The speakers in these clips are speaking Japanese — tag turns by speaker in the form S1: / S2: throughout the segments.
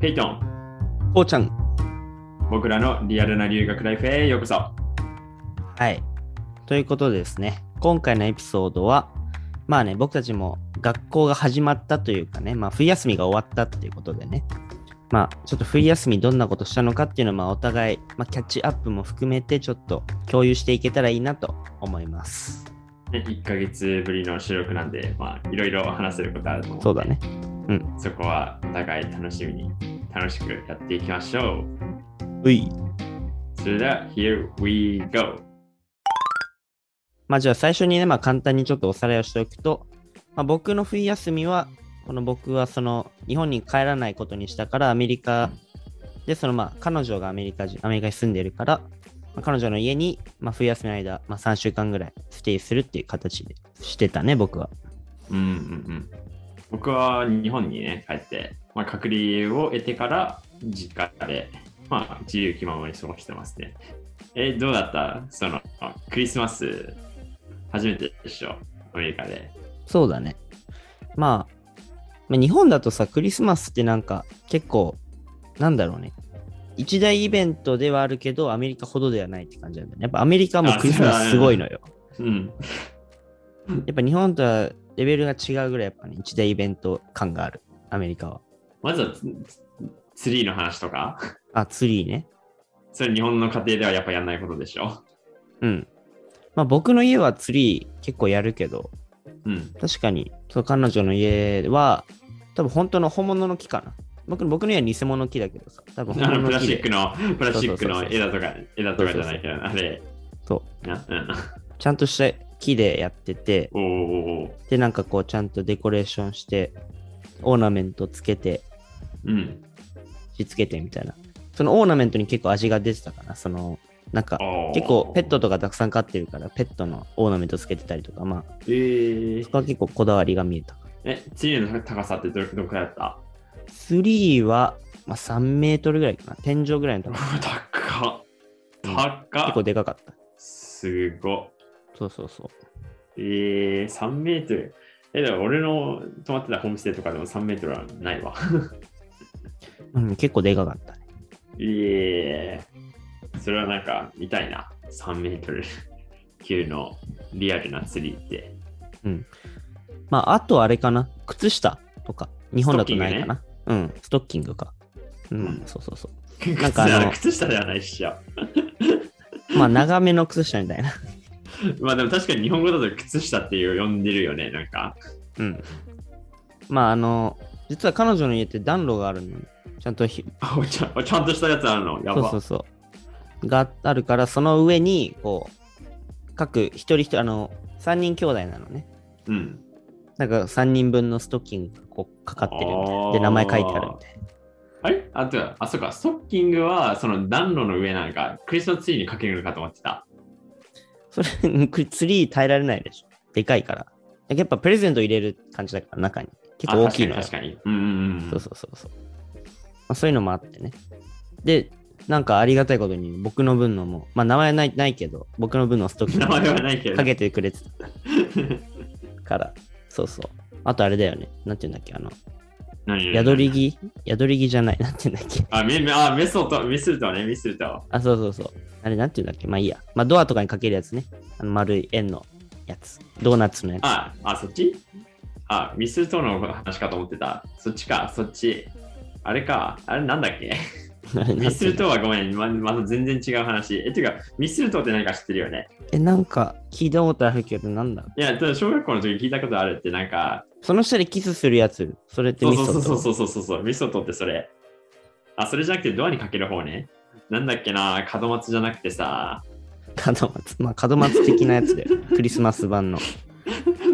S1: ペイトン、
S2: こうちゃん。
S1: 僕らのリアルな留学ライフへようこそ。は
S2: はい。ということでですね、今回のエピソードは、まあね、僕たちも学校が始まったというかね、まあ冬休みが終わったっていうことでね、まあちょっと冬休みどんなことしたのかっていうのを、まあお互い、まあキャッチアップも含めてちょっと共有していけたらいいなと思います。
S1: い1ヶ月ぶりの収録なんで、まあ、いろいろ話せることあると思う。
S2: そうだね。。
S1: そこはお互い楽しみに、楽しくやっていきましょ
S2: うい。
S1: う。それでは、Here we go!
S2: まあじゃあ最初にね、まあ簡単にちょっとおさらいをしておくと、まあ、僕の冬休みは、この僕はその日本に帰らないことにしたからアメリカで、そのまあ彼女がアメリカ人アメリカに住んでるから、まあ彼女の家に、まあ、冬休みの間、まあ、3週間ぐらいステイするっていう形でしてたね、僕は。
S1: うんうんうん。僕は日本にね、帰って、まあ、隔離を得てから、実家で、まあ、自由気ままに過ごしてますね。え、どうだったその、クリスマス、初めてでしょアメリカで。
S2: そうだね。まあ、まあ、日本だとさ、クリスマスってなんか結構、なんだろうね。一大イベントではあるけど、アメリカほどではないって感じなんだよね。やっぱアメリカもクリスマスすごいのよ。
S1: うん。
S2: やっぱ日本とはレベルが違うぐらい、やっぱね、一大イベント感がある、アメリカは。
S1: まずはツツリーの話とか、
S2: あ、ツリーね。
S1: それ日本の家庭ではやっぱやんないことでしょ。
S2: うん。まあ僕の家はツリー結構やるけど、
S1: うん。
S2: 確かに、その彼女の家は、多分本当の本物の木かな。僕僕の家は偽物の木だけどさ、多分
S1: あの
S2: 本物
S1: プ
S2: の
S1: ラス
S2: 木
S1: チック
S2: で。
S1: の、プラスチック
S2: そう
S1: の
S2: そうそうそう
S1: 枝とか、枝とかじゃないけど、あれ。
S2: そ
S1: なうん
S2: ちゃんとした木でやってて、
S1: おーおーおー
S2: で、なんかこう、ちゃんとデコレーションして、オーナメントつけて、
S1: うん。
S2: しつけてみたいな。そのオーナメントに結構味が出てたかな。その、なんか、
S1: おー
S2: 結構ペットとかたくさん飼ってるから、ペットのオーナメントつけてたりとか、まあ、
S1: えー
S2: そこは結構こだわりが見えたかな。
S1: え、ツリーの高さってどれどれくらいだった
S2: ツリーは、まあ、3メートルぐらいかな。天井ぐらいの高さ。
S1: 高っ。
S2: うん
S1: 高
S2: 結
S1: っ
S2: 構でかかった。
S1: すご
S2: そうそうそう。
S1: い。えー、3メートル。え、でも俺の泊まってたホームステイとかでも3メートルはないわ。
S2: うん、結構でかかったね。
S1: ええそれはなんか見たいな。3メートル 級のリアルな釣りって。
S2: まあ、あとあれかな。靴下とか。日本だとないかな。うん、ストッキングか。う
S1: うん
S2: ん、そうそうそう。
S1: 靴
S2: なんかあの
S1: 下靴下ではないっしょ。
S2: まあ、長めの靴下みたいな。
S1: まあでも確かに日本語だと靴下っていう呼んでるよね、なんか。
S2: うん。まあ、あの、実は彼女の家って暖炉があるの。ちゃんとひ
S1: あおちゃおちゃんとしたやつあるの。や
S2: そう
S1: ば。
S2: そうそう。があるから、その上に、こう、各一人一人、あの、3人兄弟なのね。
S1: うん。
S2: なんか3人分のストッキングがこうかかってるみたい
S1: あー
S2: な。で、名前書いてあるみたいな。
S1: あれあとは、あ、そうか、ストッキングはその暖炉の上なんか、クリスマスツリーにかけるのかと思ってた。
S2: それ、これツリー耐えられないでしょ。でかいから。やっぱプレゼント入れる感じだから、中に。結構大きいの
S1: あ
S2: よ。
S1: 確かに。確かにうんうんうん。
S2: そうそうそうそう。まあ、そういうのもあってね。で、なんかありがたいことに僕の分のも、まあ名前はないないけど、僕の分のストッキング
S1: 名前はない けど。
S2: かけてくれてたから、そうそう。あとあれだよね。なんて言うんだっけ、あの、
S1: 何々
S2: 宿り着宿り着じゃない、なんて言うんだっけ。
S1: あ、めめあメソと、ミスルとね、ミスルと。
S2: あ、そうそうそう。あれ、なんて言うんだっけ。まあいいや。まあドアとかにかけるやつね。あの丸い円のやつ。ドーナツのやつ。
S1: あ、あ、そっちあ、ミスルとの話かと思ってた。そっちか、そっち。あれか、あれなんだっけ
S2: あれなんて言うんだっけ
S1: ミスルとはごめん、ままた全然違う話。え、ていうか、ミスルとって何か知ってるよね。
S2: え、なんか聞いたことあるけど、なんだろう
S1: いや、ただ小学校の時聞いたことあるって、なんか、
S2: その下でキスするやつ。それって
S1: そう
S2: ミ
S1: そ
S2: ソ
S1: うそう
S2: と。
S1: そうそうそうそう、ミスルとってそれ。あ、それじゃなくてドアにかける方ね。なんだっけな、門松じゃなくてさ、
S2: 門松。まあ門松的なやつで。 クリスマス版の。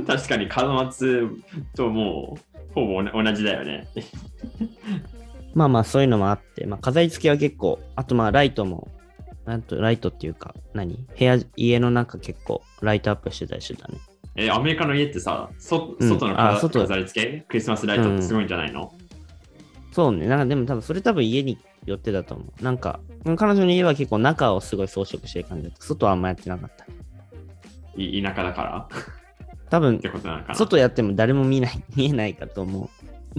S1: 確かに門松ともう、ほぼ同じだよね。
S2: まあまあそういうのもあって、まあ飾り付けは結構、あとまあライトも、なんとライトっていうか、何部屋、家の中結構ライトアップしてたりしてたね。
S1: え、アメリカの家ってさ、そ
S2: うん
S1: 外の
S2: あ
S1: か、
S2: 外
S1: 飾り付けクリスマスライトってすごいんじゃないの、
S2: そうね。なんかでも多分それ多分家によってだと思う。なんか、彼女の家は結構中をすごい装飾してる感じだった。外はあんまやってなかったね。
S1: い田舎だからっ
S2: 多分
S1: て、ことなのかな
S2: 外やっても誰も見ない、見えないかと思う。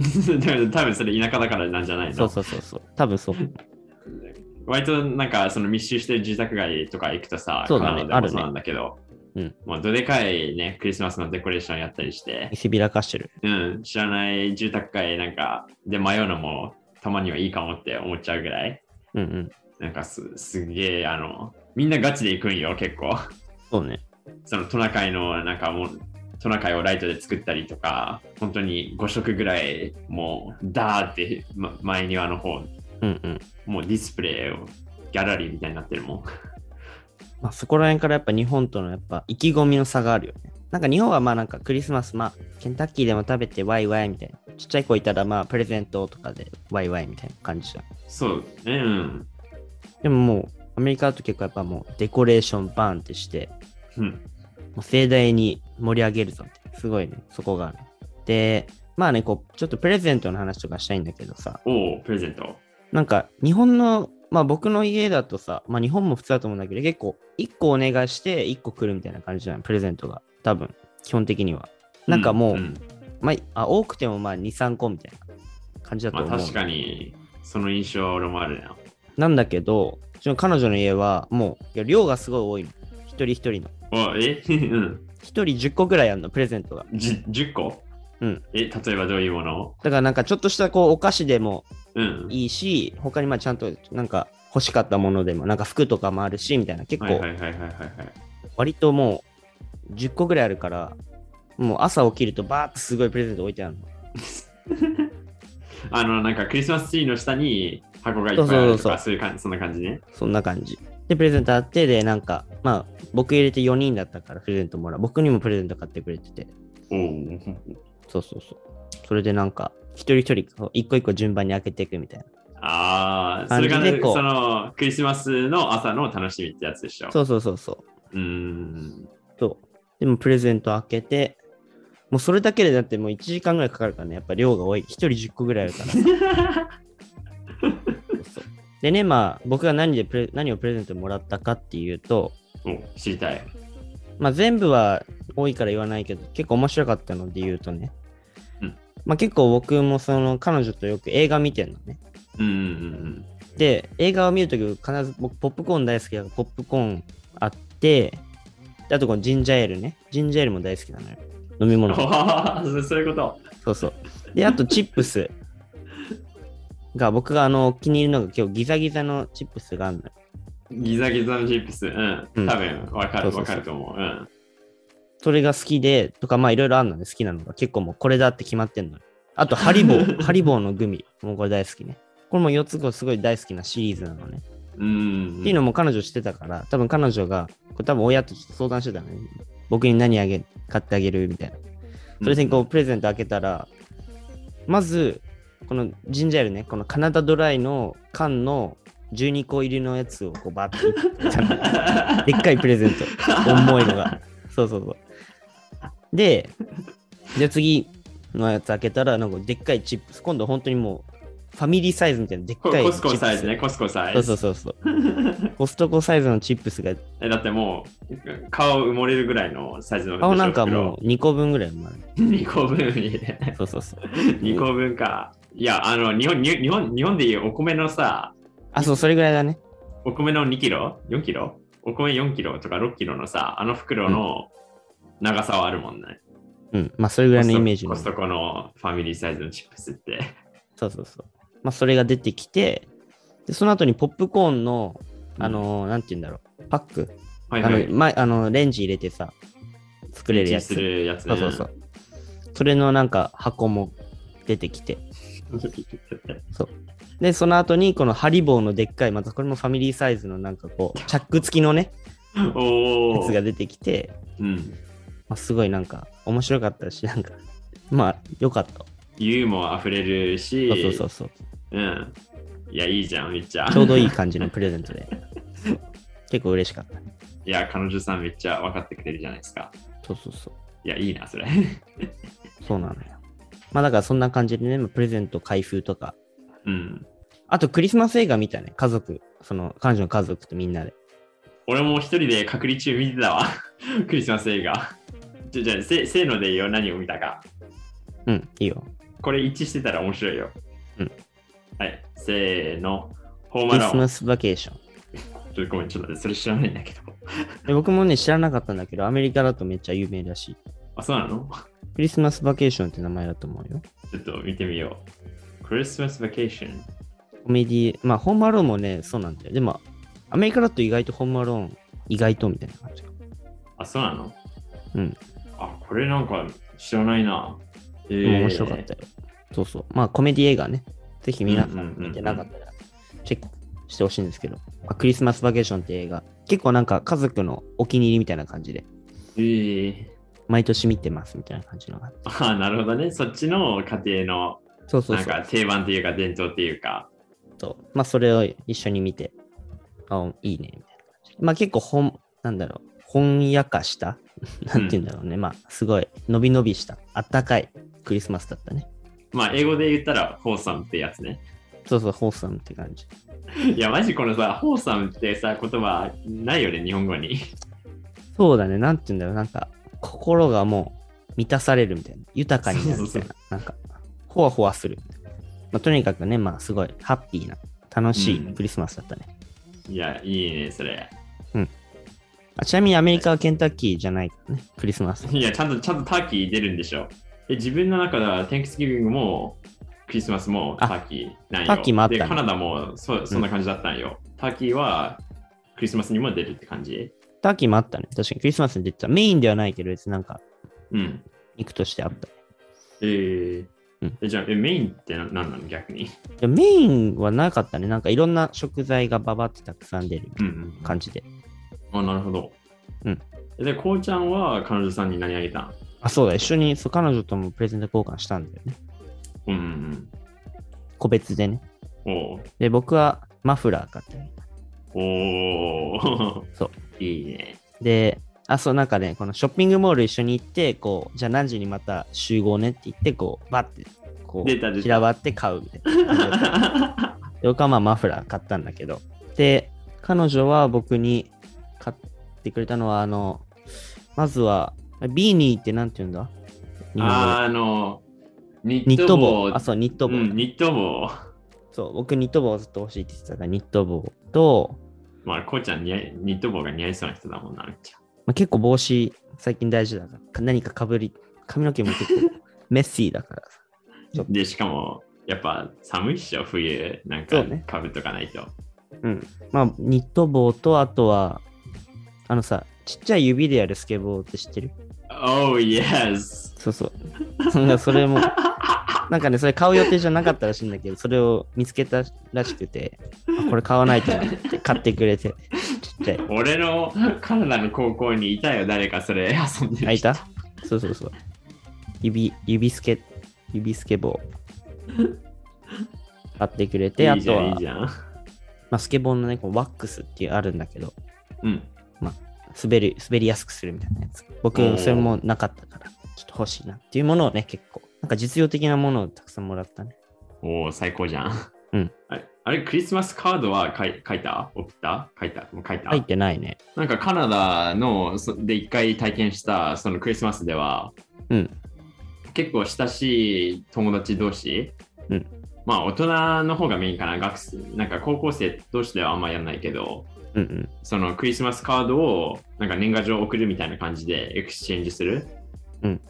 S1: でも多分それ田舎だからなんじゃないの
S2: そうそうそうそう。多分そう。
S1: 割となんかその密集してる住宅街とか行くとさ、
S2: そうだね
S1: カナダでもそうなんだけど、
S2: るね
S1: もうどでかいね、クリスマスのデコレーションやったりして
S2: 見、せびらかしてる。
S1: うん、知らない住宅街なんかで迷うのもたまにはいいかもって思っちゃうぐらい、
S2: うんうん。
S1: なんかすすげえ、あの、みんなガチで行くんよ、結構。
S2: そうね。
S1: そのトナカイのなんかもうトナカイをライトで作ったりとか本当に5色ぐらいもうダーって、ま前庭の方
S2: うんうん。
S1: もうディスプレイをギャラリーみたいになってるもん
S2: まあ、そこら辺からやっぱ日本とのやっぱ意気込みの差があるよね。なんか日本はまあなんかクリスマスまあケンタッキーでも食べてワイワイみたいな。ちっちゃい子いたらまあプレゼントとかでワイワイみたいな感じじゃん。
S1: そうねうん
S2: でももうアメリカだと結構やっぱもうデコレーションバーンってして
S1: うん
S2: もう盛大に盛り上げるぞってすごいねそこがあるでまあねこうちょっとプレゼントの話とかしたいんだけどさ
S1: おおプレゼント
S2: なんか日本のまあ僕の家だとさまあ日本も普通だと思うんだけど結構1個お願いして1個来るみたいな感じじゃないプレゼントが多分基本的にはなんかもう、
S1: ん
S2: まあ、あ多くてもまあ23個みたいな感じだと
S1: まあ、
S2: 思う、
S1: 確かにその印象俺もあるな
S2: なんだけどうちの彼女の家はもういや量がすごい多いの一人一人の
S1: おえ うん
S2: 1人10個ぐらいあるのプレゼントが
S1: じ10個
S2: うん
S1: え例えばどういうもの
S2: だからなんかちょっとしたこうお菓子でも
S1: うん
S2: いいし他にまあちゃんとなんか欲しかったものでもなんか服とかもあるしみたいな結
S1: はい
S2: 構
S1: はいはいはいはいはい
S2: 割ともう10個ぐらいあるからもう朝起きるとバーッとすごいプレゼント置いてあるの
S1: あのなんかクリスマスツリーの下に箱がいっぱいあるとかそういう感じそんな感じね
S2: そんな感じでプレゼントあってでなんかまあ僕入れて4人だったからプレゼントもらう僕にもプレゼント買ってくれてて
S1: おお
S2: そうそうそうそれでなんか一人一人こう一個一個順番に開けていくみたい
S1: ああ、それが、
S2: 感じ
S1: ね、
S2: でこう
S1: そのクリスマスの朝の楽しみってやつでしょ。
S2: なそうそうそうそう
S1: うーん。
S2: そう。でもプレゼント開けて、もうそれだけでだってもう1時間ぐらいかかるからね、やっぱ量が多い。1人10個ぐらいあ るから。そうそうでね、まあ僕が何でプレ何をプレゼントもらったかっていうと、
S1: お知りたい。
S2: まあ全部は多いから言わないけど、結構面白かったので言うとね、
S1: うん
S2: まあ結構僕もその彼女とよく映画見てんのね。
S1: うんうん
S2: で、映画を見るとき必ず僕ポップコーン大好きだからポップコーンあって、であとこのジンジャーエールね。ジンジャーエールも大好きなのよ。飲み
S1: うんう
S2: 物
S1: ん。。 あーそそういうこと。
S2: そうそう。で、あとチップスが、僕があの気に入るのが今日ギザギザのチップスがあるのよ。
S1: ギザギザのチップス。うん。
S2: うん
S1: 多分わか
S2: そう
S1: る
S2: そうそう
S1: わかると思う。うん。
S2: それが好きで、とかまあいろいろあるので好きなのが結構もうこれだって決まってんのよ。あとハリボー、ハリボーのグミ。もうこれ大好きね。これも4つ子すごい大好きなシリーズなのね。
S1: うーん。
S2: っていうのも彼女してたから、多分彼女が、これ多分親とちょっと相談してたのね。僕に何あげ、買ってあげるみたいな。それでこうプレゼント開けたら、まず、このジンジャーエールね、このカナダドライの缶の12個入りのやつをこう バッてちゃんとでっかいプレゼント、重いのが。そうそうそう。で、じゃあ次のやつ開けたら、なんかでっかいチップス。今度本当にもう、ファミリーサイズみたいなでっ
S1: こ
S2: かいチ
S1: コ
S2: ップス。
S1: スコサイズね、コスコサイ
S2: そう
S1: ズ。
S2: そうそう そう。コストコサイズのチップスが、
S1: えだってもう顔埋もれるぐらいのサイズの。
S2: 顔なんか もう2個分ぐらい生まれる。
S1: う。2個分にね。
S2: そうそうそう。
S1: 2個分か。いや、あの、日本、日本、日本でいうお米のさ、
S2: あ、そう、それぐらいだね。
S1: お米の2キロ ?4 キロお米4キロとか6キロのさ、あの袋の長さはあるもんね。
S2: うん。まあ、それぐらいのイメージの
S1: コストコストコのファミリーサイズのチップスって。
S2: そうそうそう。まあ、それが出てきて、で、その後にポップコーンの、あのーなんて言うんだろう、パック、
S1: はい
S2: あ
S1: は
S2: の、
S1: い。
S2: ま、あの、レンジ入れてさ、作れるや
S1: チン
S2: つ。
S1: するやつ
S2: そ
S1: ね。
S2: うそうそう。それのなんか箱も出てきて、で、その後にこのハリボーのでっかい、またこれもファミリーサイズのなんかこう、チャック付きのね、や
S1: お
S2: つ
S1: ー
S2: が出てきて、
S1: うん。
S2: まあ、すごいなんか面白かったし、なんか、 まあ、よかった。
S1: ユーモア溢れるし、
S2: そうそうそうそう。
S1: うん。いや、いいじゃん、めっちゃ。
S2: ちょうどいい感じのプレゼントで。 結構嬉しかっ た。
S1: いや、彼女さんめっちゃ分かってくれるじゃないですか。
S2: そうそうそう。
S1: いや、いいな、それ。
S2: そうなのよ。まあだからそんな感じでね、まあプレゼント開封とか。
S1: うん。
S2: あとクリスマス映画見たね、家族。その彼女の家族とみんなで。
S1: 俺も一人で隔離中見てたわ。 クリスマス映画。じゃじゃせせーのでいいよ、何を見たか。
S2: うん、いいよ。
S1: これ一致してたら面白いよ。
S2: うん
S1: はい、せーの。ホーム
S2: ク
S1: ア
S2: リ
S1: ロ
S2: ス
S1: ーン。
S2: マスバケーション。
S1: ちょっとごめん、ちょっと待って、それ知らないんだけど。
S2: で僕もね、知らなかったんだけど、アメリカだとめっちゃ有名だしい。
S1: あ、そうなの
S2: クリスマスバケーションって名前だと思うよ。
S1: ちょっと見てみよう。クリスマスバケーション。
S2: コメディまあ、ホームアローンもね、そうなんだよ。でも、アメリカだと意外とホームアローン、意外とみたいな感じ。
S1: あ、そうなの
S2: うん。
S1: あ、これなんか知らないな。え
S2: でも面白かったよ。そうそう。まあ、コメディ映画ね。ぜひ皆さ
S1: うんうん
S2: ん
S1: うんうん
S2: 見てなかったら、チェックしてほしいんですけど、まあクリスマスバケーションって映画、結構なんか家族のお気に入りみたいな感じで、
S1: えー
S2: 毎年見てますみたいな感じのが。
S1: あ、なるほどね。そっちの家庭
S2: そう
S1: の
S2: そう
S1: なん
S2: そう
S1: か定番っていうか伝統っていうか。
S2: と。まあ、それを一緒に見て、あ、いいね、みたいな感じ。まあ、結構本、なんだろう、本やかした、 なんて言うんだろうね。まあ、すごい、のびのびした、あったかいクリスマスだったね。
S1: まあ英語で言ったらホーサムってやつね。
S2: そうそう、ホーサムって感じ。
S1: いやマジこのさ、ホーサムってさ言葉ないよね、日本語に。
S2: そうだね、なんて言うんだろう、なんか、心がもう満たされるみたいな、豊かになるみたいな、
S1: そ
S2: なんか、ほわほわする。まあ、とにかくね、まあ、すごいハッピーな、楽し
S1: うん
S2: いクリスマスだったね。
S1: いや、いいね、それ。
S2: あちなみにアメリカはケンタッキーじゃないからね、クリスマス。
S1: いや、ちゃんと、ちゃんとターキー出るんでしょ。え、自分の中では、Thanksgiving も、クリスマスもタ
S2: あ
S1: ーキーなんよ。
S2: ターキーもあった
S1: で、
S2: ね
S1: カナダもそそんな感じだったんよ。ターキーは、クリスマスにも出るって感じ。
S2: ターキーもあったね。確かにクリスマスに出てた。メインではないけど、別になんか、
S1: うん。
S2: 肉としてあった。
S1: えー
S2: うん
S1: えじゃあえ、メインってな何なの逆に。
S2: でメインはなかったね。なんかいろんな食材がババってたくさん出るみた
S1: う
S2: い
S1: ん、うん
S2: な。感じで。
S1: あ、なるほど。
S2: うん
S1: え。で、こうちゃんは彼女さんに何あげたん
S2: あ、そうだ、一緒にそう彼女ともプレゼント交換したんだよね。
S1: うんうん
S2: 個別でね。
S1: うん。おう
S2: で、僕はマフラー買って
S1: おー。
S2: そ う
S1: いいね。
S2: で、あ、そう、なんかね、このショッピングモール一緒に行って、こう、じゃあ何時にまた集合ねって言って、こう、バッて、こ
S1: 出た出
S2: う、
S1: た
S2: 散らばって買うみたいな。 で、僕はまあマフラー買ったんだけど。で、彼女は僕に買ってくれたのは、あの、まずは、ビーニーってなんて言うんだ日本語で
S1: あーあの、ニッ
S2: ニッ
S1: ト
S2: ト
S1: 帽
S2: 帽。あ、そう、ニット帽。
S1: うん、ニット帽。
S2: そう、僕ニット帽ずっと欲しいって言ってたから、ニット帽と、
S1: まあ、こうちゃん似合い、ニット帽が似合いそうな人だもんな、めっちゃ。
S2: まあ、結構帽子最近大事だからか何かかぶり髪の毛も結構 メッシーだからさ
S1: で、しかも、やっぱ寒いっしょ、冬。なん
S2: そ
S1: か
S2: うね、
S1: かぶとかないと。
S2: うんまあニット帽とあとはあのさちっちゃい指でやるスケボーって知ってる
S1: Oh, yes!
S2: そうそうなんかそれもなんかねそれ買う予定じゃなかったらしいんだけどそれを見つけたらしくてあこれ買わないとなって買ってくれてちっちゃい
S1: 俺の カナダの高校にいたよ、誰かそれ遊んで
S2: あ
S1: る
S2: い
S1: 人。
S2: たそうそうそう指指スケ指スケボー買ってくれて
S1: いい
S2: あ
S1: じ
S2: と
S1: ゃん、い
S2: はい
S1: じゃん。
S2: まあ、スケボーのね、こうワックスっていうあるんだけど、
S1: うん。
S2: 滑る、滑りやすくするみたいなやつ。僕
S1: おー、
S2: それもなかったから、ちょっと欲しいなっていうものをね、結構、なんか実用的なものをたくさんもらったね。
S1: おお、最高じゃん。
S2: うん
S1: あれ。あれ、クリスマスカードは書い書いた送った書いたもう書いた
S2: 入ってないね。
S1: なんかカナダのそで一回体験したそのクリスマスでは、
S2: うん
S1: 結構親しい友達同士、
S2: うん
S1: まあ大人の方がメインかな学生なんか高校生同士ではあんまやんないけど
S2: うんうん。
S1: そのクリスマスカードをなんか年賀状送るみたいな感じでエクスチェンジする、
S2: うん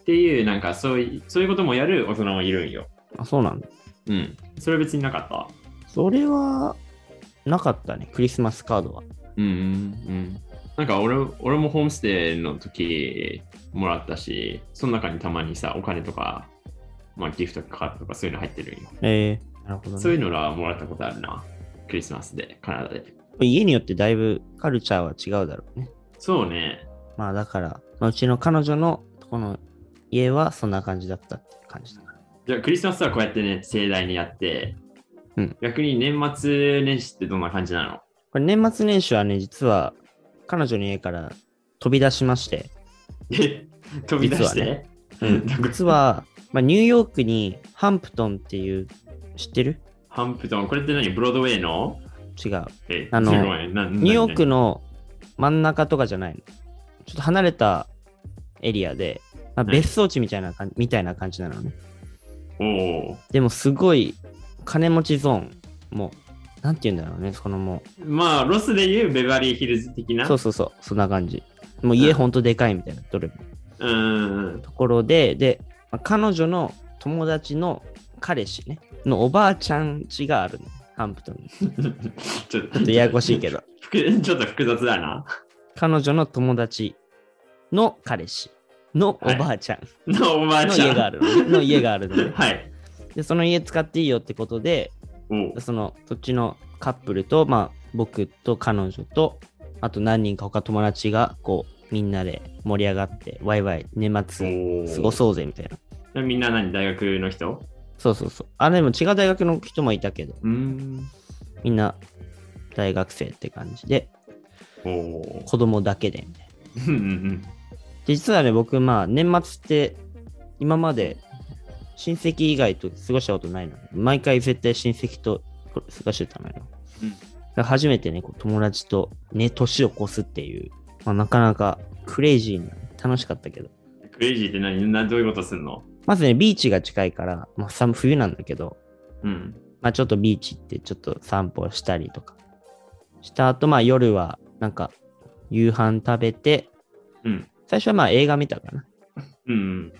S1: っていうなんかそういそういうこともやる大人もいるんよ、
S2: あ、そうなんだ。
S1: うん、それは別になかった
S2: それは、なかったね、クリスマスカードは。
S1: うんうんうん。なんか俺俺もホームステイの時もらったし、その中にたまにさ、お金とか、まあ、ギフトカードとかそういうの入ってるんよ。
S2: えー、なるほど
S1: そうい
S2: ね。
S1: うのらもらったことあるな。クリスマスで、カナダで。
S2: 家によってだいぶカルチャーは違うだろうね。
S1: そうね。
S2: まあだから、まあ、うちの彼女のとこの家はそんな感じだったっていう感じだな。
S1: じゃあクリスマスはこうやってね、盛大にやって、
S2: うん
S1: 逆に年末年始ってどんな感じなの
S2: これ年末年始はね、実は彼女の家から飛び出しまして、
S1: え飛び出して、
S2: 実はね
S1: なんか
S2: 実は、まあ、ニューヨークにハンプトンっていう、知ってる
S1: ハンプトン、これって何ブロードウェイの
S2: 違う。
S1: え
S2: あの
S1: すごいな
S2: ニューヨーク
S1: の。
S2: の真ん中とかじゃないの。ちょっと離れたエリアで、まあ、
S1: うん
S2: 別荘地みたいな感じみたいな感じなのね。
S1: おお。
S2: でもすごい金持ちゾーン、もう、なんて言うんだろうね、そのも
S1: まあ、ロスでいうベバリーヒルズ的
S2: う、
S1: な。
S2: そう
S1: う
S2: そうそう、そんな感じ。もう
S1: う
S2: 家
S1: ん
S2: ほんとでかいみたいな、どれも。
S1: んうん。
S2: ところで、で、まあ彼女の友達の彼氏ね、のおばあちゃん家があるの、ハンプトンに。ち
S1: ちょっ
S2: ょっとややこしいけど。
S1: 複 ちょっと複雑だな。
S2: 彼女の友達の彼氏のおばあちゃん
S1: のおばあ
S2: の
S1: ちゃん。
S2: 家があるのね、の家があるのね、
S1: はい。
S2: で、その家使っていいよってことで、
S1: おお。
S2: その土地のカップルと、まあ、僕と彼女と、あと何人か他友達が、こう、みんなで盛り上がって、ワイワイ年末過ごそうぜみたいな。
S1: う。みんな何大学の人
S2: そうそうそう。あ、でも違う大学の人もいたけど、
S1: うーん。
S2: みんな大学生って感じで、
S1: おお。
S2: 子供だけでみたいな。
S1: うんうん
S2: で実はね、僕、まあ、年末って、今まで親戚以外と過ごしたことないの。毎回絶対親戚と過ごしてたのよ。
S1: うん
S2: だから初めてね、こう友達とね、年を越すっていう、まあ、なかなかクレイジーな、楽しかったけど。
S1: うん。クレイジーって何などういうことすんの
S2: まずね、ビーチが近いから、まあ、寒冬なんだけど、
S1: うん。
S2: まあ、ちょっとビーチ行ってちょっと散歩したりとかした後、まあ、夜はなんか夕飯食べて
S1: うん。
S2: 最初はまあ映画見たかな
S1: うんうん。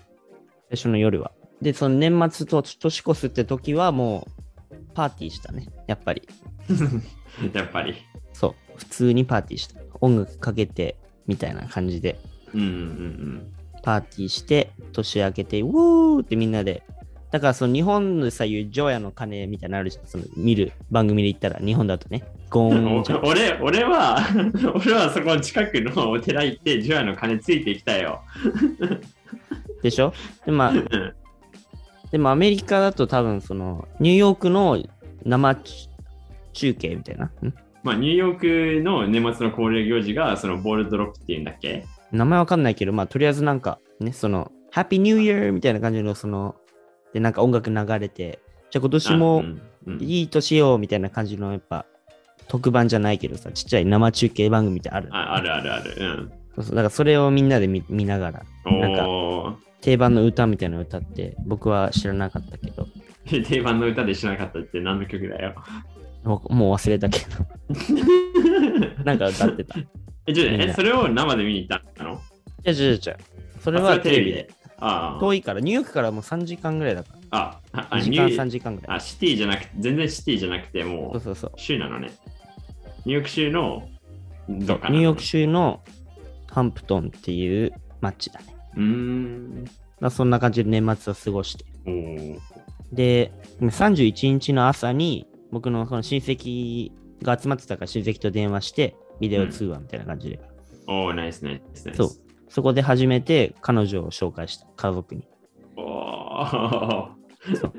S2: 最初の夜はでその年末と年越すって時はもうパーティーしたねやっぱり
S1: やっぱり。
S2: そう普通にパーティーした音楽かけてみたいな感じで
S1: うんうん
S2: パーティーして年明けてウォーってみんなでだからその日本のさいうジョヤの鐘みたいなのあるじゃんその見る番組で言ったら日本だとねゴ
S1: うん
S2: ーンじゃ ん
S1: お俺、俺は、俺はそこの近くのお寺行って、ジュアの鐘ついてきたよ。
S2: でしょでまあ
S1: うん
S2: でもアメリカだと多分そのニューヨークの生中中継みたいな。ん
S1: まあ、ニューヨークの年末の恒例行事が、そのボールドロップっていうんだっけ
S2: 名前わかんないけど、まあとりあえずなんかね、そのハッピーニューイヤーみたいな感じのその、でなんか音楽流れて、じゃあ今年
S1: う
S2: も
S1: んうん
S2: いい年よみたいな感じのやっぱ特番じゃないけどさ、ちっちゃい生中継番組みたいなのある。
S1: ああるあるある。
S2: そうそうだからそれをみんなで見見ながら、
S1: うん、
S2: なんか
S1: おー
S2: 定番の歌みたいなの歌って僕は知らなかったけど、
S1: 定番の歌でしなかったって何の曲だよ。
S2: もうもう忘れたけど、 なんか歌ってた。
S1: え、ちょっと
S2: みん
S1: え
S2: な
S1: それを生で見に行ったの
S2: じゃあじゃあじゃあそれはテレビで。。
S1: あそれはテレビで
S2: 遠いから、ニューヨークからもう3時間ぐらいだか
S1: ああ、あ、あ
S2: ら。2時
S1: ニ
S2: 間
S1: ュー
S2: 3時間ぐらい。
S1: あ、シティじゃなくて、全然シティじゃなくて、も
S2: そう
S1: う
S2: そうそう。
S1: 州なのね。ニューヨーク州の
S2: ニ
S1: ど
S2: ュ
S1: っかな
S2: ーヨーク州のハンプトンっていう街だね。
S1: うーん。
S2: まあ、そんな感じで年末を過ごして。
S1: おー
S2: で、31日の朝に、僕のその親戚が集まってたから親戚と電話して、ビデオ通話みたいな感じで。
S1: おー、ナイスナイスナイス。
S2: そう。そこで初めて彼女を紹介した、家族に。
S1: おー。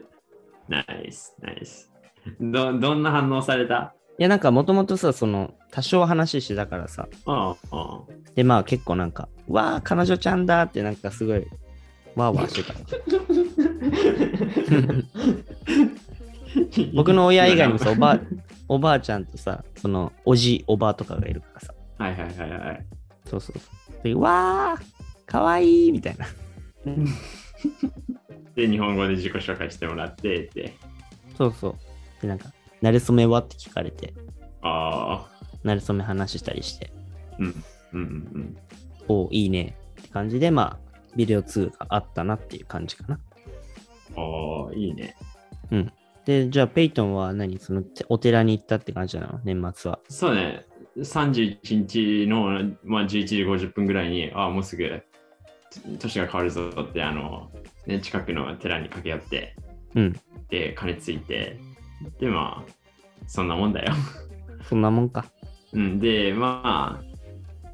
S1: ナイスナイス。ど、どんな反応された
S2: いや、なんかもともとさ、その、多少話してたからさ、
S1: あああ
S2: で、まあ結構なんか、わあ、彼女ちゃんだってなんかすごい、わーわーしてた。 僕の親以外にもさ、おばあ、おばあちゃんとさ、その、おじ、おばあとかがいるからさ。
S1: はいはいはいはい。
S2: そうそうそう。で、わあ、かわいいみたいな。
S1: で、日本語で自己紹介してもらってって。
S2: そうそう。で、なんか、なれそめはって聞かれて、
S1: ああ。
S2: なれそめ話したりして、
S1: うん。うんうん
S2: おお、いいねって感じで、まあ、ビデオ2があったなっていう感じかな。
S1: うん。おー、いいね。
S2: で、じゃあ、ペイトンは何その、てお寺に行ったって感じなの年末は。
S1: そうね。31日の、まあ、11時50分ぐらいに、ああ、もうすぐ年が変わるぞって、あの、ね、近くの寺に掛け合って、
S2: うん。
S1: で、金ついて、で、まあ、そんなもんだよ。
S2: そんなもんか。
S1: うん、で、まあ、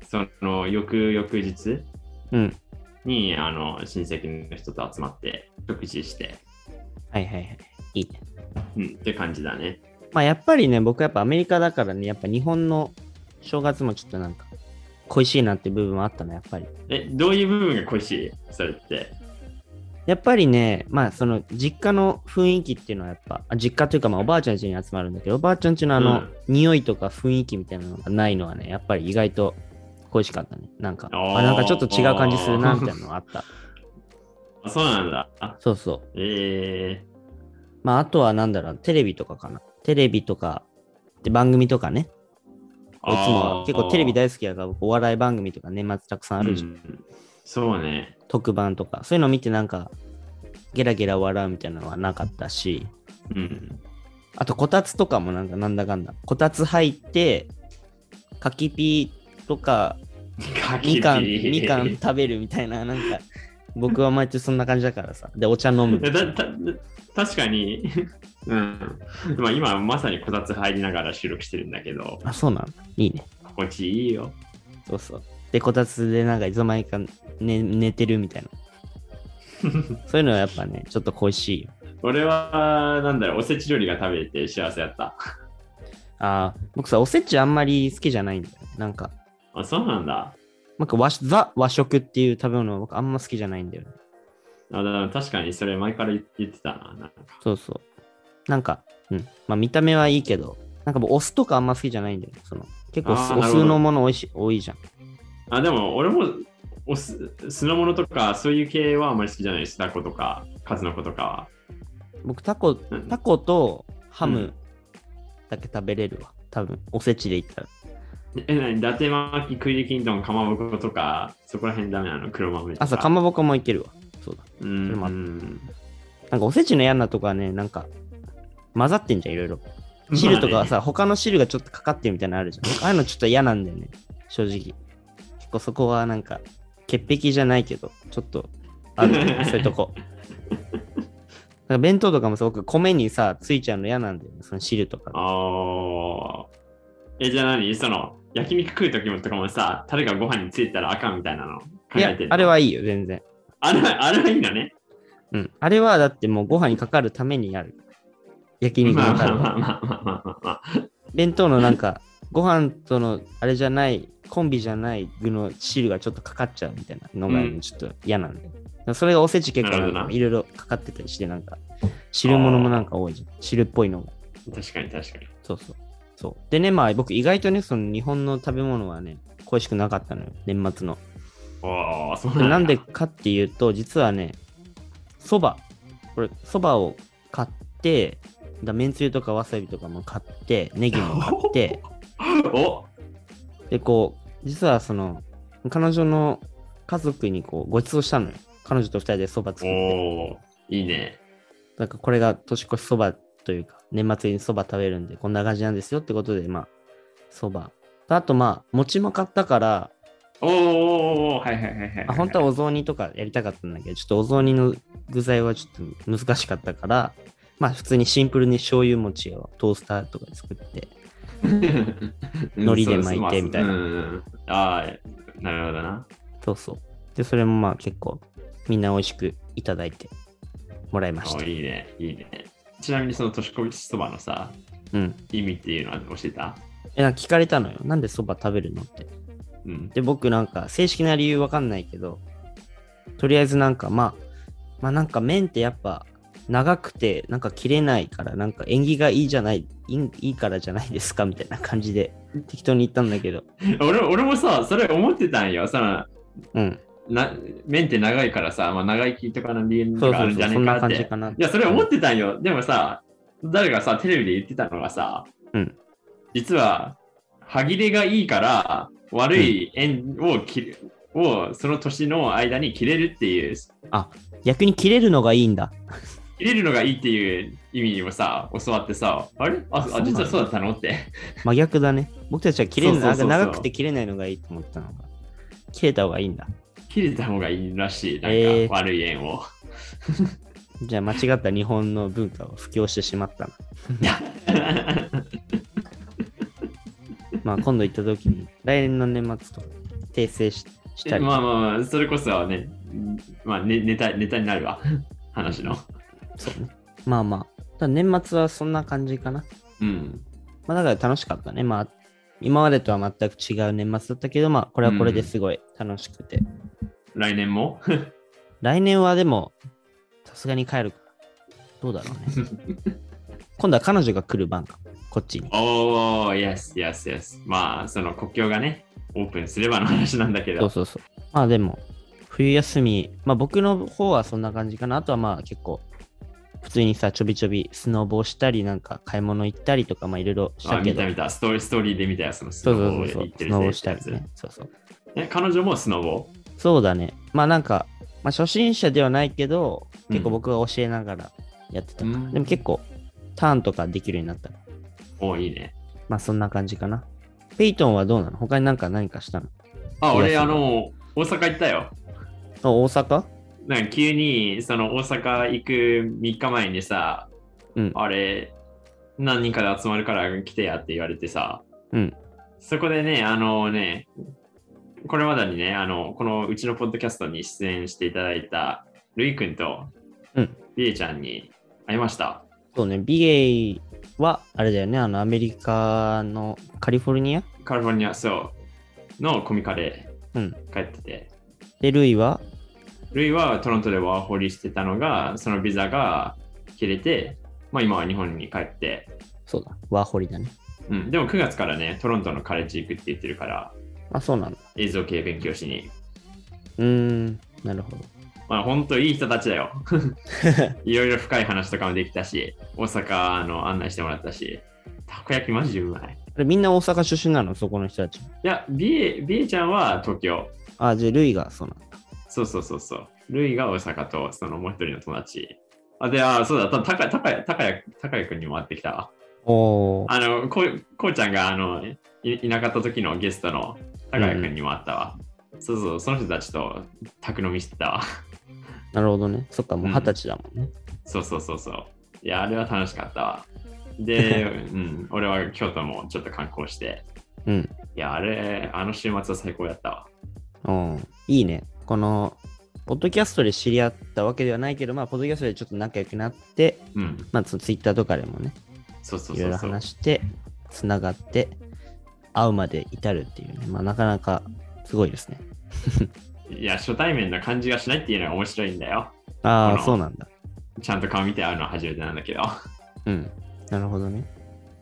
S1: その、翌々日
S2: うん。
S1: に、あの、親戚の人と集まって、食事して、
S2: はいはいはい。いいね。
S1: うん、って感じだね。
S2: まあやっぱりね、僕はやっぱアメリカだからね、やっぱ日本の正月もちょっとなんか恋しいなって部分はあったね、やっぱり。
S1: え、どういう部分が恋しいそれって。
S2: やっぱりね、まあその実家の雰囲気っていうのはやっぱ、あ実家というかまあおばあちゃん家に集まるんだけど、おばあちゃん家のあの、
S1: うん
S2: 匂いとか雰囲気みたいなのがないのはね、やっぱり意外と恋しかったね。なんか、
S1: あー
S2: あなんかちょっと違う感じするなみたいなのがあった。
S1: そうなんだ。あ
S2: そうそう。
S1: ええ
S2: まあ、あとはなんだろう、テレビとかかな。テレビとか、で番組とかね。いつ
S1: あー
S2: も結構テレビ大好きやから、僕お笑い番組とか年末たくさんあるじゃん。
S1: うんそうね。
S2: 特番とか。そういうの見てなんか、ゲラゲラ笑うみたいなのはなかったし。
S1: うん。
S2: あと、こたつとかもなんかなんだかんだ。こたつ入って、かきピーとか、
S1: かき
S2: みかん、
S1: ピー
S2: みかん食べるみたいな、なんか、僕は毎日そんな感じだからさ。で、お茶飲む
S1: い。やだた確かに、うんまあ、今まさにこたつ入りながら収録してるんだけど、
S2: あ、そうなんだ。いいね。
S1: 心地いいよ。
S2: そうそう。で、こたつでなんかいつの間にか寝寝てる みたいな。そういうのはやっぱね、ちょっと恋しいよ。
S1: 俺は、なんだろう、おせち料理が食べれて幸せやった。
S2: ああ、僕さ、おせちあんまり好きじゃないんだよ。なんか、
S1: あ、そうなんだ。
S2: なんか和ザ和食っていう食べ物は僕あんま好きじゃないんだよね。
S1: あだから確かにそれ前から言ってたな。なんか
S2: そうそう。なんか、うん。まあ見た目はいいけど、なんかもうお酢とかあんま好きじゃないんだよね。その結構お
S1: あー
S2: 酢
S1: なるほ
S2: お
S1: ど
S2: 酢のもの多いし多いじゃん。
S1: あでも、俺もお酢酢の物とか、そういう系はあんまり好きじゃないです。タコとか、数の子とかは。
S2: 僕タコ、
S1: うん
S2: タコとハ
S1: う
S2: ム
S1: ん
S2: だけ食べれるわ。多分、おせちで言ったら。
S1: え、なに、伊達巻き、クイリキントン、かまぼことか、そこら辺ダメなの、黒豆とか。
S2: あ、そう、かまぼこもいけるわ。そうだ。
S1: う
S2: それもあっ
S1: ん。
S2: なんかおせちの嫌なとこはね、なんか混ざってんじゃん、いろいろ。汁とかはさ、他の汁がちょっとかかってるみたいなのあるじゃん。 ああいうのちょっと嫌なんだよね、正直。結構そこはなんか、潔癖じゃないけど、ちょっとある、 そういうとこ。なんか弁当とかもすごく米にさ、ついちゃうの嫌なんだよね、その汁とか。
S1: ああ。え、じゃあ何その、焼肉食うときもとかもさ、タレがご飯についたらあかんみたいなの考
S2: いや
S1: えてん、の
S2: あれ。はいいよ、全然。
S1: あれは、あれはいいのね。
S2: うん。あれはだってもうご飯にかかるためにある。焼肉
S1: まあ
S2: の
S1: ま
S2: タ
S1: あ
S2: レは。
S1: まあまあまあまあまあ。
S2: 弁当のなんか ご飯とのあれじゃないコンビじゃない具の汁がちょっとかかっちゃうみたいなのが
S1: うん
S2: ちょっと嫌なんで、それがおせち結構
S1: な
S2: な
S1: るほ
S2: ん
S1: どな
S2: かいろいろかかってたりしてなんか汁物もなんか多いじゃん汁っぽいのが
S1: 確かに確かに。
S2: そうそうそうでねまあ僕意外とねその日本の食べ物はね恋しくなかったのよ年末の
S1: おお、そうなんだ。
S2: なんでかっていうと実はねそばこれそばを買ってだめんつゆとかわさびとかも買ってネギも買 って
S1: お
S2: でこう実はその彼女の家族にこうご馳走したのよ彼女と二人でそば作
S1: お
S2: って
S1: おいいね。
S2: なんかこれが年越しそばというか年末にそば食べるんでこんな感じなんですよってことでまあそばあとまあ餅も買ったから
S1: おーおーおーはいはいはいはい。
S2: あ 本当はお雑煮とかやりたかったんだけどちょっとお雑煮の具材はちょっと難しかったからまあ普通にシンプルに醤油餅をトースターとかで作って海苔で巻いてみたいな
S1: うんそうそうまあうんあー、なるほどな。
S2: そうそうでそれもまあ結構みんな美味しくいただいてもらいまし
S1: お
S2: た
S1: いいね、いいね。ちなみにその年越しそばのさ、
S2: うん
S1: 意味っていうのは教えた
S2: えなんか聞かれたのよ。なんでそば食べるのって。
S1: うん。
S2: で、僕なんか正式な理由わかんないけど、とりあえずなんかまあ、まあなんか麺ってやっぱ長くてなんか切れないから、なんか縁起がいいじゃない、いいいいからじゃないですかみたいな感じで適当に言ったんだけど、
S1: 俺俺もさ、それ思ってたんよ。その
S2: うん、
S1: な麺って長いからさ、まあ、長生きとかの理由
S2: そ
S1: と
S2: う
S1: かあ
S2: そう
S1: るんじ
S2: そ
S1: ゃ
S2: う、
S1: ね
S2: そん
S1: え
S2: な
S1: かっ
S2: 感
S1: て。
S2: じかなって。
S1: いや、それ思ってたんよ。でもさ、誰かさ、テレビで言ってたのがさ、
S2: うん
S1: 実は、歯切れがいいから、悪い縁を切る、をその年の間に切れるっていう、
S2: 逆に切れるのがいいんだ。
S1: 切れるのがいいっていう意味にもさ、教わってさ、あれあ
S2: そうな
S1: あ、
S2: んだ
S1: 実はそうだったのって。
S2: 真逆だね。僕たちは切れる
S1: そうそうそうそう
S2: 長くて切れないのがいいと思ったのが、切れた方がいいんだ。
S1: 切れた方がいいらしい、なんか、
S2: えー
S1: 悪い縁を。
S2: じゃあ間違った日本の文化を布教してしまったな。まあ今度行った時に 来年の年末とか訂正しした り、
S1: まあまあまあ、それこそはね、まあ、ねネタネタになるわ、話の。
S2: そうねまあまあただ年末はそんな感じかな
S1: うん。
S2: まあだから楽しかったねまあ今までとは全く違う年末だったけどまあこれはこれですごい楽しくて、
S1: 来年も
S2: 来年はでもさすがに帰るからどうだろうね今度は彼女が来る番かこっちに
S1: おー、イエス、イエス、イエス。まあ、その国境がね、オープンすればの話なんだけ
S2: そう
S1: ど。
S2: そうそうまあでも冬休み、まあ僕の方はそんな感じかな。あとはまあ結構、普通にさ、ちょびちょびスノボをしたり、なんか買い物行ったりとか、まあいろいろした
S1: あ、
S2: け
S1: 見
S2: ど
S1: た。見た。ストーリーストーリーで見たやつのス
S2: そ
S1: ノ
S2: うそ
S1: ボ
S2: うそう
S1: で
S2: そう
S1: 行っ、て
S2: ス
S1: る
S2: ノボ
S1: 人
S2: をした
S1: や
S2: り
S1: つ。
S2: ね。そうそう。
S1: え、彼女もスノボ
S2: そうだね。まあなんか、まあ初心者ではないけど、
S1: うん
S2: 結構僕が教えながらやってたかな。
S1: うん
S2: でも結構、ターンとかできるようになったら。
S1: おいいね。
S2: まあそんな感じかな。ペイトンはどうなの他になんか何かしたの
S1: あ、
S2: い
S1: 俺、
S2: や
S1: あ
S2: そう
S1: の、大阪行ったよ。
S2: あ大阪
S1: なんか急に、その大阪行く3日前にさ、
S2: うん
S1: あれ、何人かで集まるから来てやって言われてさ、
S2: うん。
S1: そこでね、あのね、これまでにね、あの、このうちのポッドキャストに出演していただいた、るいくんと、
S2: うん
S1: りえちゃんに会いました。
S2: そうね、ビエイは、あれだよね、あの、アメリカのカリフォルニア
S1: カリフォルニア、そう、のコミカで
S2: うん。
S1: 帰ってて、
S2: で、ルイは、
S1: ルイはトロントでワーホリしてたのが、そのビザが切れて、まあ今は日本に帰って、
S2: そうだ、ワーホリだね。
S1: うん、でも9月からね、トロントのカレッジ行くって言ってるから、
S2: あ、そうなんだ。
S1: 映像系勉強しに。
S2: うーん、なるほど。
S1: まあ本当いい人たちだよ。いろいろ深い話とかもできたし、大阪の案内してもらったし、たこ焼きマジでうまい。
S2: あれみんな大阪出身なのそこの人たち。
S1: いや、ビエビエちゃんは東京。
S2: あ、じゃあ、ルイがそうなんだ。
S1: そうそうそうそう。ルイが大阪と、そのもう一人の友達。あ、で、あ、そうだ、たたかたかたかやたかやくんにも会ってきたわ。
S2: おー。
S1: あの、こうこうちゃんがあのいいなかった時のゲストの高谷君にもあったわ。そうそう、その人たちと宅飲みしてたわ。
S2: なるほどね。そっか、もう
S1: うん
S2: 二十歳だもんね。
S1: そうそうそうそう。いや、あれは楽しかった わ。で、うん、俺は京都もちょっと観光して。
S2: うん。
S1: いや、あれ、あの週末は最高やったわ。
S2: うん。いいね。この、ポッドキャストで知り合ったわけではないけど、まあ、ポッドキャストでちょっと仲良くなって、
S1: うん、
S2: まあ、ツイッターとかでもね、
S1: そうそう
S2: い
S1: そ
S2: ろい
S1: う
S2: ろ
S1: そう。
S2: 話して、つながって、会うまで至るっていうね、まあ、なかなかすごいですね。
S1: いや、初対面の感じがしないっていうのが面白いんだよ。
S2: あ
S1: こ
S2: あ、
S1: の
S2: そうなんだ。
S1: ちゃんと顔見て会うのは初めてなんだけど。
S2: うん。なるほどね。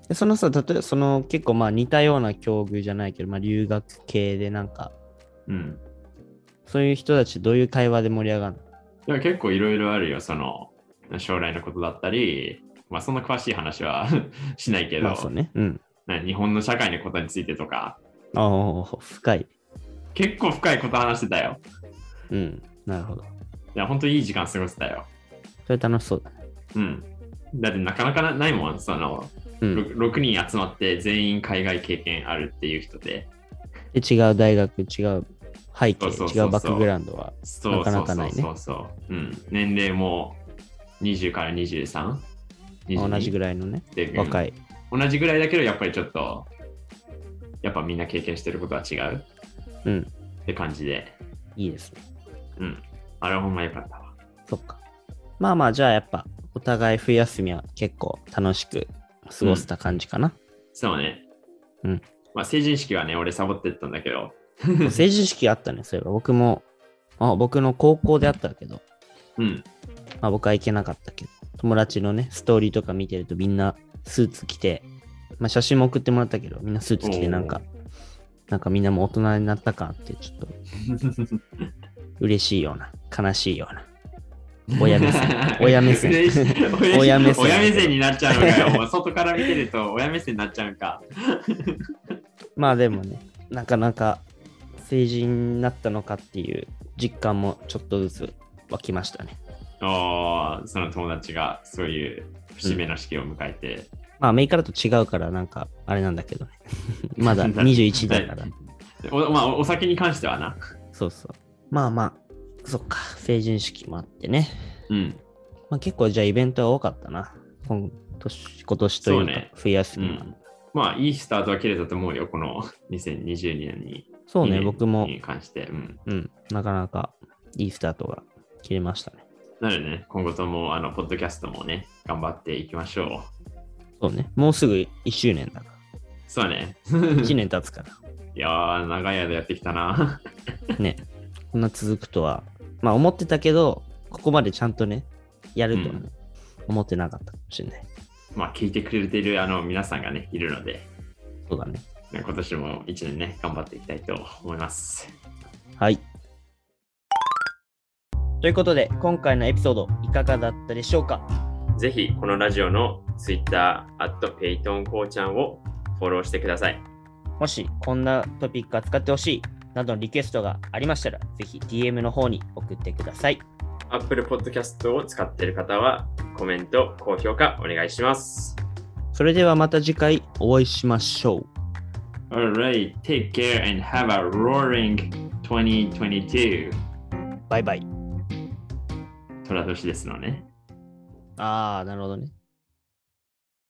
S2: でそのさ、例えば、その結構まあ似たような境遇じゃないけど、まあ留学系でなんか、
S1: うん。
S2: そういう人たちどういう会話で盛り上がるの
S1: でも結構いろいろあるよ、その、将来のことだったり、まあそんな詳しい話は しないけど、
S2: まあそうね。うん。
S1: な日本の社会のことについてとか、
S2: ああ、深い。
S1: 結構深いこと話してたよ。
S2: うん。なるほど。
S1: いや、本当にいい時間過ごせたよ。
S2: それ楽しそうだね。
S1: うん。だってなかなかなないもん、その、
S2: うん。
S1: ろ 6, 人集まって全員海外経験あるっていう人で。
S2: で、違う大学、違う背景、
S1: そうそうそうそう
S2: 違うバックグラウンドは。
S1: そ
S2: な
S1: う
S2: か
S1: そ
S2: な
S1: う
S2: か
S1: そ
S2: な
S1: う
S2: いね
S1: そうそう、うん。年齢も20から 23?
S2: まあ同じぐ
S1: ら
S2: らいのね、
S1: いで、
S2: 若
S1: い、
S2: い。
S1: 同じぐらいだけど、やっぱりちょっと、やっぱみんな経験してることは違う
S2: うん。
S1: って感じで。
S2: いいですね。
S1: うん。あれはほんまよかったわ。
S2: そっか。まあまあ、じゃあやっぱ、お互い冬休みは結構楽しく過ごせた感じかな。
S1: そうね。
S2: うん。
S1: まあ成人式はね、俺サボってったんだけど。
S2: 成人式あったね、そういえば。僕も、あ僕の高校であったけど、
S1: うん。
S2: まあ僕は行けなかったけど、友達のね、ストーリーとか見てるとみんなスーツ着て、まあ写真も送ってもらったけど、みんなスーツ着てなんか、なんかみんなもう大人になったかって、ちょっと嬉しいような、悲しいような。親目線 親目線
S1: 嬉しい
S2: 親
S1: 親
S2: 目
S1: 目
S2: 線
S1: 線。になっちゃうのかよ。もう外から見てると親目線になっちゃうんか。
S2: まあでもね、なかなか成人になったのかっていう実感もちょっとずつ湧きましたね。
S1: おーその友達がそういう節目の式を迎えて、
S2: まあアメリカだと違うからなんかあれなんだけどね。 まだ21だから。
S1: おまあ、お酒に関してはな。
S2: そうそう。まあまあ、そっか、成人式もあってね。
S1: うん。
S2: まあ結構じゃあイベントは多かったな。今年今年という
S1: そ
S2: か
S1: うね
S2: 冬休みは。
S1: うんまあ、いいスタートは切れたと思うよ、この2022年に。
S2: そうね、
S1: 2年
S2: 僕も、
S1: に関して。うん。
S2: うん、なかなかいいスタートが切れましたね。
S1: なのでね、今後とも、あの、ポッドキャストもね、頑張っていきましょ
S2: そうね、もうすぐ1周年だか
S1: う。そうね。
S2: ら。1年経つから。
S1: いやー、長い間やってきたな。
S2: ね、こんな続くとは、まあ思ってたけど、ここまでちゃんとね、やるとはね、思ってなかったかもしれない。
S1: まあ、聞いてくれているあの皆さんがね、いるので、
S2: そうだね。
S1: ね今年も一年ね、頑張っていきたいと思います。
S2: はい。ということで、今回のエピソード、いかがだったでしょうか
S1: ぜひこのラジオの Twitter、アットペイトンこうちゃんをフォローしてください。
S2: もし、こんなトピック扱ってほしい、などのリクエストがありましたら、ぜひ DM の方に送ってください。
S1: Apple Podcast を使っている方はコメント、高評価お願いします。
S2: それではまた次回お会いしましょう。
S1: Alright, take care and have a roaring 2022.
S2: バイバイ。
S1: 虎年ですのね。
S2: ああ、なるほどね。